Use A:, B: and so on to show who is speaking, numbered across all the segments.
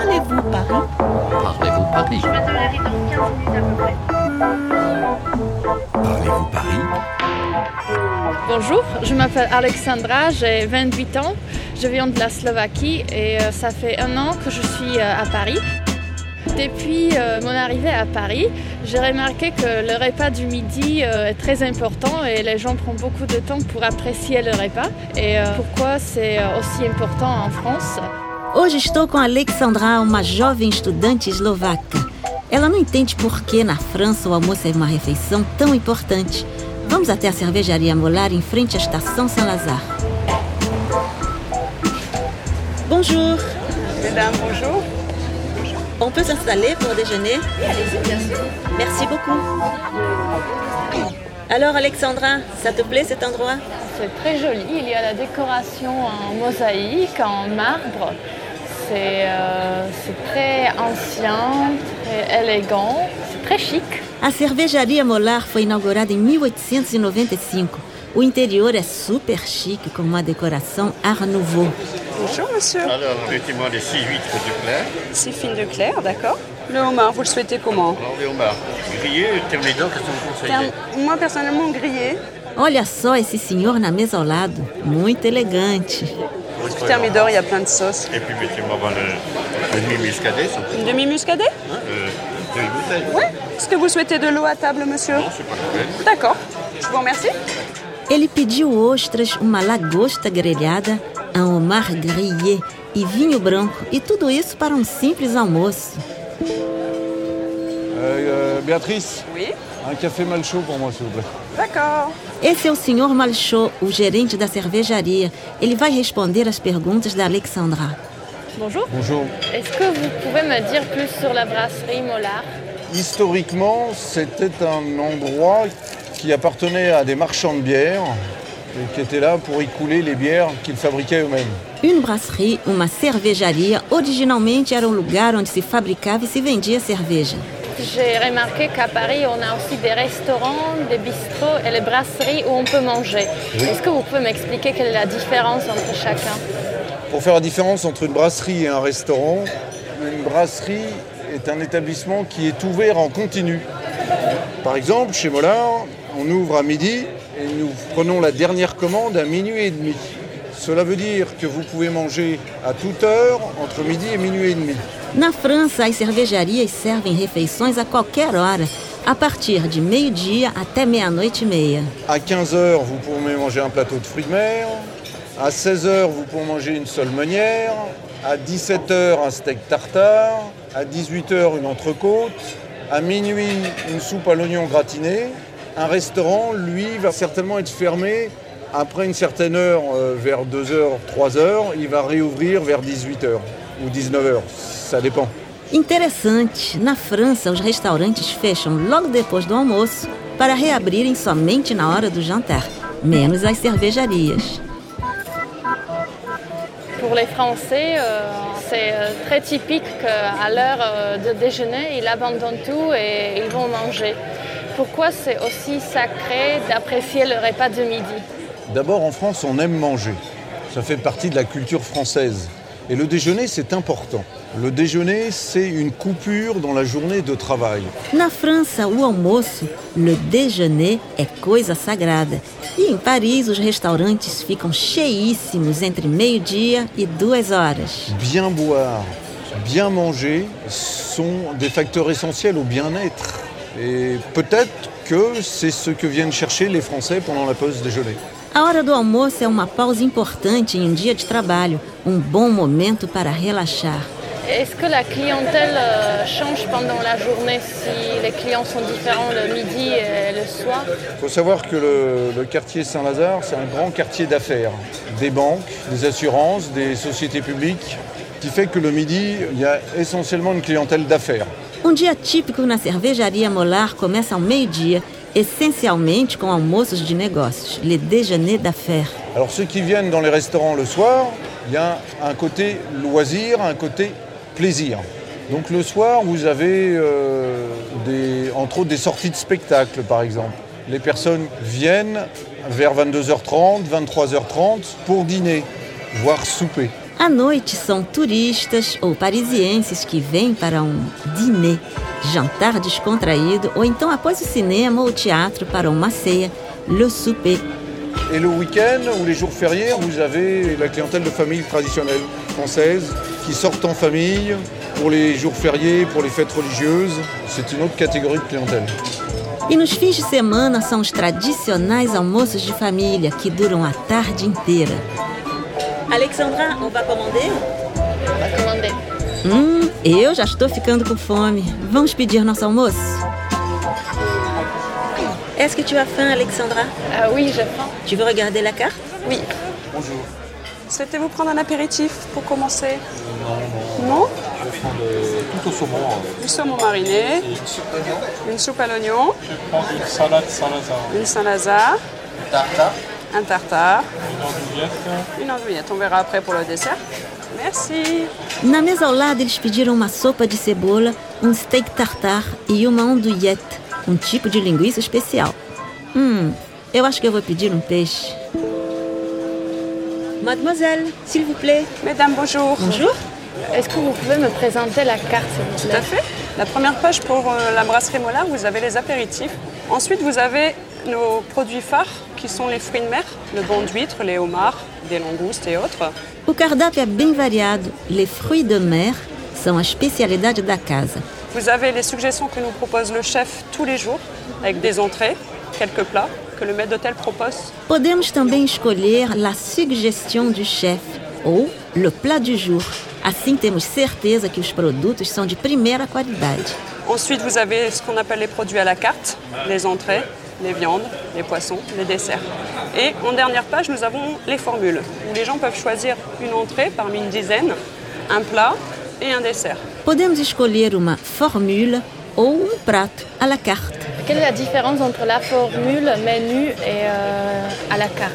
A: Paris
B: Parlez-vous Paris
C: Je vais te la vie dans 15 minutes à peu près.
B: Parlez-vous Paris
D: Bonjour, je m'appelle Alexandra, j'ai 28 ans, je viens de la Slovaquie et euh, ça fait un an que je suis euh, à Paris. Depuis euh, mon arrivée à Paris, j'ai remarqué que le repas du midi euh, est très important et les gens prennent beaucoup de temps pour apprécier le repas et euh, pourquoi c'est euh, aussi important en France.
A: Hoje estou com Alexandra, uma jovem estudante eslovaca. Ela não entende por que na França o almoço é uma refeição tão importante. Vamos até a cervejaria Molar em frente à estação Saint-Lazare. Bonjour,
E: Mesdames, bonjour.
A: on peut s'installer pour déjeuner Merci beaucoup. Alors Alexandra, ça te plaît cet endroit
D: C'est très joli, il y a la décoration en mosaïque, en marbre. C'est euh, c'est très ancien, très élégant, c'est très chic.
A: A cervejaria Molar foi inaugurada em 1895. O interior é super chique, com uma decoração Art Nouveau.
E: Bonjour, monsieur.
F: Alors, mettez-moi les 6 huîtres de plein.
E: C'est fine de Claire, d'accord Le homard, vous le souhaitez comment
F: Alors, les homards grillés, terminés, qu'est-ce que vous conseillez
E: Moi, personnellement, grillé.
A: Olha só esse senhor na mesa ao lado, muito elegante.
E: Thermidor, il y a plein de sauces.
F: Et puis, mettez-moi ben, le, le demi-muscadet, ça peut
E: Une demi-muscadet
F: hein, euh, demi bouteille.
E: Oui. Est-ce que vous souhaitez de l'eau à table, monsieur
F: Non, c'est pas la peine.
E: D'accord. Je vous remercie.
A: Ele pediu ostras, uma lagosta grelhada, um homard grillé e vinho branco, e tudo isso para um simples almoço.
G: Euh, euh, Béatrice,
E: Oui.
G: un café mal chaud pour moi, s'il vous plaît.
E: D'accord.
A: Esse é o senhor Malchot, o gerente da cervejaria. Ele vai responder as perguntas da Alexandra.
D: Bonjour.
G: Bonjour.
D: Est-ce que vous pouvez me dire plus sur la brasserie Mollard
G: Historiquement, c'était un endroit qui appartenait à des marchands de bière et qui étaient là pour y couler les bières qu'ils fabriquaient eux-mêmes.
A: Une brasserie, uma cervejaria, originalmente era um lugar onde se fabricava e se vendia cerveja.
D: J'ai remarqué qu'à Paris, on a aussi des restaurants, des bistrots et les brasseries où on peut manger. Est-ce que vous pouvez m'expliquer quelle est la différence entre chacun
G: Pour faire la différence entre une brasserie et un restaurant, une brasserie est un établissement qui est ouvert en continu. Par exemple, chez Mollard, on ouvre à midi et nous prenons la dernière commande à minuit et demi. Cela veut dire que vous pouvez manger à toute heure entre midi et minuit et demi.
A: Na França, as cervejarias servem refeições a qualquer hora, a partir de meio-dia até meia-noite e meia.
G: À 15h, vous pourrez manger un plateau de fruits de mer. À 16h, vous pourrez manger une seule meunière. À 17h, un steak tartare. À 18h, une entrecôte. À minuit, une soupe à l'oignon gratiné. Un restaurant, lui, va certainement être fermé après une certaine heure, euh, vers 2h, 3h. Il va réouvrir vers 18h ou 19h. Ça dépend.
A: Interessante, na França, os restaurantes fecham logo depois do almoço para reabrirem somente na hora do jantar, menos as cervejarias.
D: Pour les Français, euh, c'est euh, très typique qu'à l'heure euh, de déjeuner, ils abandonnent tout et ils vont manger. Pourquoi c'est aussi sacré d'apprécier le repas de midi
G: D'abord, en France, on aime manger. Ça fait partie de la culture française. Et le déjeuner, c'est important. Le déjeuner, c'est une coupure dans la journée de travail.
A: Na França, o almoço, le déjeuner, é coisa sagrada. E em Paris, os restaurantes ficam cheíssimos entre meio-dia e duas horas.
G: Bien boire, bien manger sont des facteurs essentiels au bien-être. Et peut-être que c'est ce que viennent chercher les Français pendant la pause déjeuner.
A: A hora do almoço é uma pausa importante em um dia de trabalho, um bom momento para relaxar.
D: Est-ce que la clientèle euh, change pendant la journée si les clients sont différents le midi et le soir
G: Il faut savoir que le, le quartier Saint-Lazare, c'est un grand quartier d'affaires. Des banques, des assurances, des sociétés publiques, qui fait que le midi, il y a essentiellement une clientèle d'affaires.
A: Um dia típico na cervejaria Molar começa ao meio-dia, essencialmente com almoços de negócios, le déjeuner d'affaires.
G: Alors ceux qui viennent dans les restaurants le soir, il y a un côté loisir, un côté plaisir. Donc le soir, vous avez euh, des- entre autres des sorties de spectacle, par exemple. Les personnes viennent vers 22h30, 23h30 pour dîner, voire souper.
A: À noite, são turistas ou parisienses que vêm para um dîner, jantar descontraído, ou então após o cinema ou o teatro para uma ceia, le souper.
G: Et le week-end ou les jours fériés, vous avez la clientèle de famille traditionnelle française qui sortent en famille pour les jours fériés, pour les fêtes religieuses. C'est une autre catégorie de clientèle.
A: E nos fins de semana são os tradicionais almoços de família que duram a tarde inteira. Alexandra, on va commander?
D: On va commander.
A: Hum, eu já estou ficando com fome. Vamos pedir nosso almoço? Est-ce que tu as faim, Alexandra?
D: Ah oui, j'ai faim.
A: Tu veux regarder la carte?
D: Oui.
G: Bonjour.
E: Souhaitez-vous prendre un apéritif pour commencer Non
G: Je prends tout au saumon.
E: Du saumon mariné, une soupe à l'oignon,
H: Je prends une salade Salazar,
E: une Saint-Lazare, un tartare,
H: une andouillette,
E: une andouillette. On verra après pour le dessert. Merci.
A: Na mesa ao lado, eles pediram uma sopa de cebola, um steak tartare e uma andouillette, um tipo de linguiça especial. Hum, eu acho que eu vou pedir um peixe. Mademoiselle, s'il vous plaît.
E: Mesdames, bonjour.
A: Bonjour.
D: Est-ce que vous pouvez me présenter la carte, s'il vous
E: Tout à
D: plaît
E: fait. La première page pour euh, la brasserie Mollard, vous avez les apéritifs. Ensuite, vous avez nos produits phares qui sont les fruits de mer, le bon d'huître, les homards, des langoustes et autres.
A: O cardápio é bem variado. Les fruits de mer são a especialidade da casa.
E: Vous avez les suggestions que nous propose le chef tous les jours, avec des entrées, quelques plats que le maître d'hôtel propose.
A: Podemos também escolher la suggestion du chef ou le plat du jour. Assim temos certeza que os produtos são de primeira qualidade.
E: Ensuite, vous avez ce qu'on appelle les produits à la carte, les entrées, les viandes, les poissons, les desserts. Et en dernière page, nous avons les formules, où les gens peuvent choisir une entrée parmi une dizaine, un plat et un dessert.
A: Podemos escolher uma formula ou um prato à la carte.
D: Quelle est la différence entre la formule menu et euh, à la carte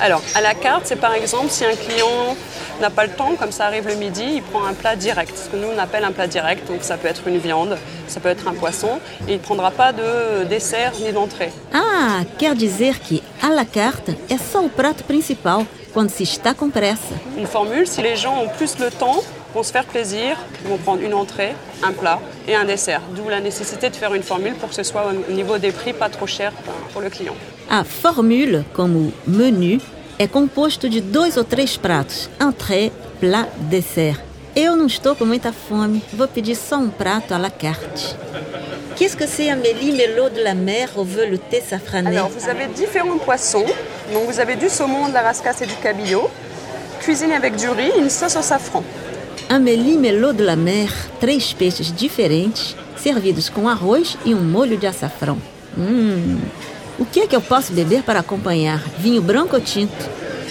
E: Alors, à la carte, c'est par exemple si un client n'a pas le temps, comme ça arrive le midi, il prend un plat direct, ce que nous on appelle un plat direct, donc ça peut être une viande, ça peut être un poisson, et il ne prendra pas de dessert ni d'entrée.
A: Ah, quer dizer que à la carte é só o prato principal quando se está com pressa.
E: Une formule, si les gens ont plus le temps, vont se faire plaisir, ils vont prendre une entrée, un plat et un dessert. D'où la nécessité de faire une formule pour que ce soit au niveau des prix pas trop cher pour le client.
A: A formule, como menu, é composto de dois ou três pratos: entrée, plat, dessert. Eu não estou com muita fome, vou pedir só um prato à la carte. Qu'est-ce que c'est Amélie Melo de la mer au veut le thé safrané
E: Alors, vous avez différents poissons. Donc, vous avez du saumon, de la rascasse et du cabillaud. Cuisine avec du riz, une sauce au safran.
A: Amélie Melo de la Mer, três peixes diferentes, servidos com arroz e um molho de açafrão. Hum. O que é que eu posso beber para acompanhar? Vinho branco ou tinto?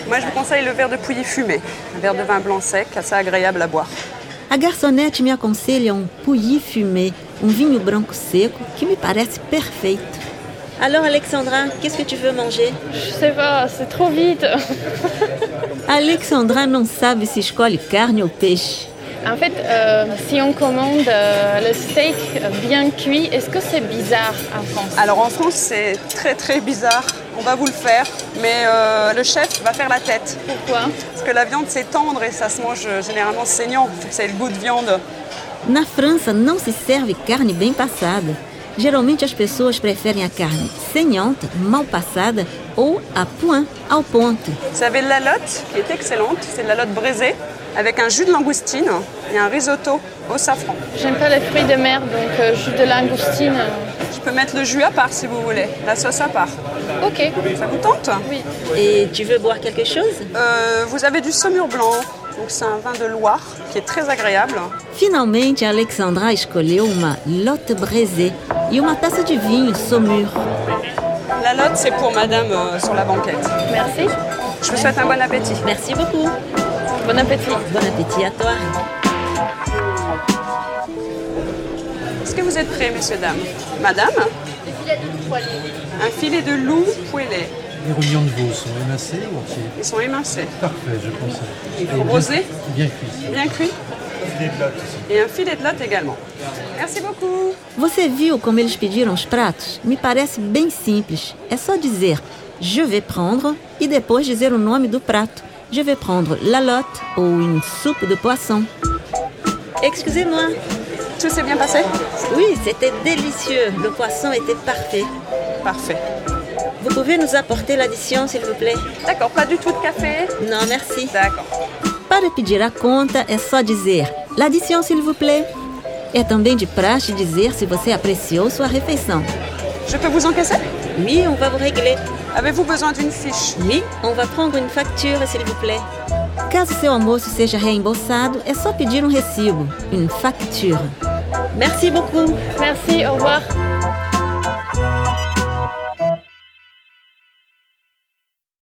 E: Moi, je vous conseille le verre de pouilly fumé, un verre de vin blanc sec, assez agréable à boire.
A: A garçonete me aconselha um pouilly fumé, um vinho branco seco, que me parece perfeito. Alors Alexandra, qu'est-ce que tu veux manger?
D: Je sais pas, c'est trop vite.
A: Alexandra não sabe se escolhe carne ou peixe.
D: En fait, euh, si on commande euh, le steak bien cuit, est-ce que c'est bizarre en France
E: Alors, en France, c'est très très bizarre. On va vous le faire, mais euh, le chef va faire la tête.
D: Pourquoi
E: Parce que la viande, c'est tendre et ça se mange euh, généralement saignant. C'est le goût de viande.
A: Na França não se serve carne bem passada. Geralmente as pessoas preferem a carne senhenta, mal passada ou à point, ao ponto.
E: Vous avez de la lotte qui est excellente, c'est de la lotte braisée avec un jus de langoustine et un risotto au safran.
D: J'aime pas les fruits de mer, donc euh, jus de langoustine.
E: Je peux mettre le jus à part si vous voulez, la sauce à part.
D: Ok,
E: Ça vous tente
D: oui.
A: Et tu veux boire quelque chose?
E: Euh, Vous avez du saumur blanc, donc c'est un vin de Loire qui est très agréable.
A: Finalmente, Alexandra escolheu uma lotte braisée e uma taça de vinho Saumur.
E: La lotte, c'est pour madame euh, sur la banquette.
D: Merci.
E: Je vous souhaite un bon appétit.
A: Merci beaucoup.
D: Bon appétit.
A: Bon appétit à toi.
E: Est-ce que vous êtes prêts, messieurs, dames Madame Un filet de loup poêlé.
I: Les rognons de veau sont émincés ou entiers
E: Ils sont émincés,
I: Parfait, je pense. Et bien-
E: rosés,
I: Bien cuit.
E: bien cuits. Et un filet de lotte également. Merci beaucoup.
A: Você viu como eles pediram os pratos? Me parece bem simples. É só dizer je vais prendre e depois dizer o nome do prato. je vais prendre l'alote ou une soupe de poisson. Excusez-moi.
E: Tout s'est bien passé
A: Oui, c'était délicieux. Le poisson était parfait.
E: Parfait.
A: Vous pouvez nous apporter l'addition, s'il vous plaît
E: D'accord, pas du tout de café
A: Non, merci.
E: D'accord.
A: Para pedir a conta é só dizer l'addition, s'il vous plaît. É também de praxe dizer se você apreciou sua refeição.
E: Je peux vous encaisser
A: Oui, on va vous régler.
E: Avez-vous besoin d'une fiche
A: Oui, on va prendre une facture, s'il vous plaît. Caso seu almoço seja reembolsado, é só pedir um recibo, une facture. Merci beaucoup.
D: Merci, au revoir.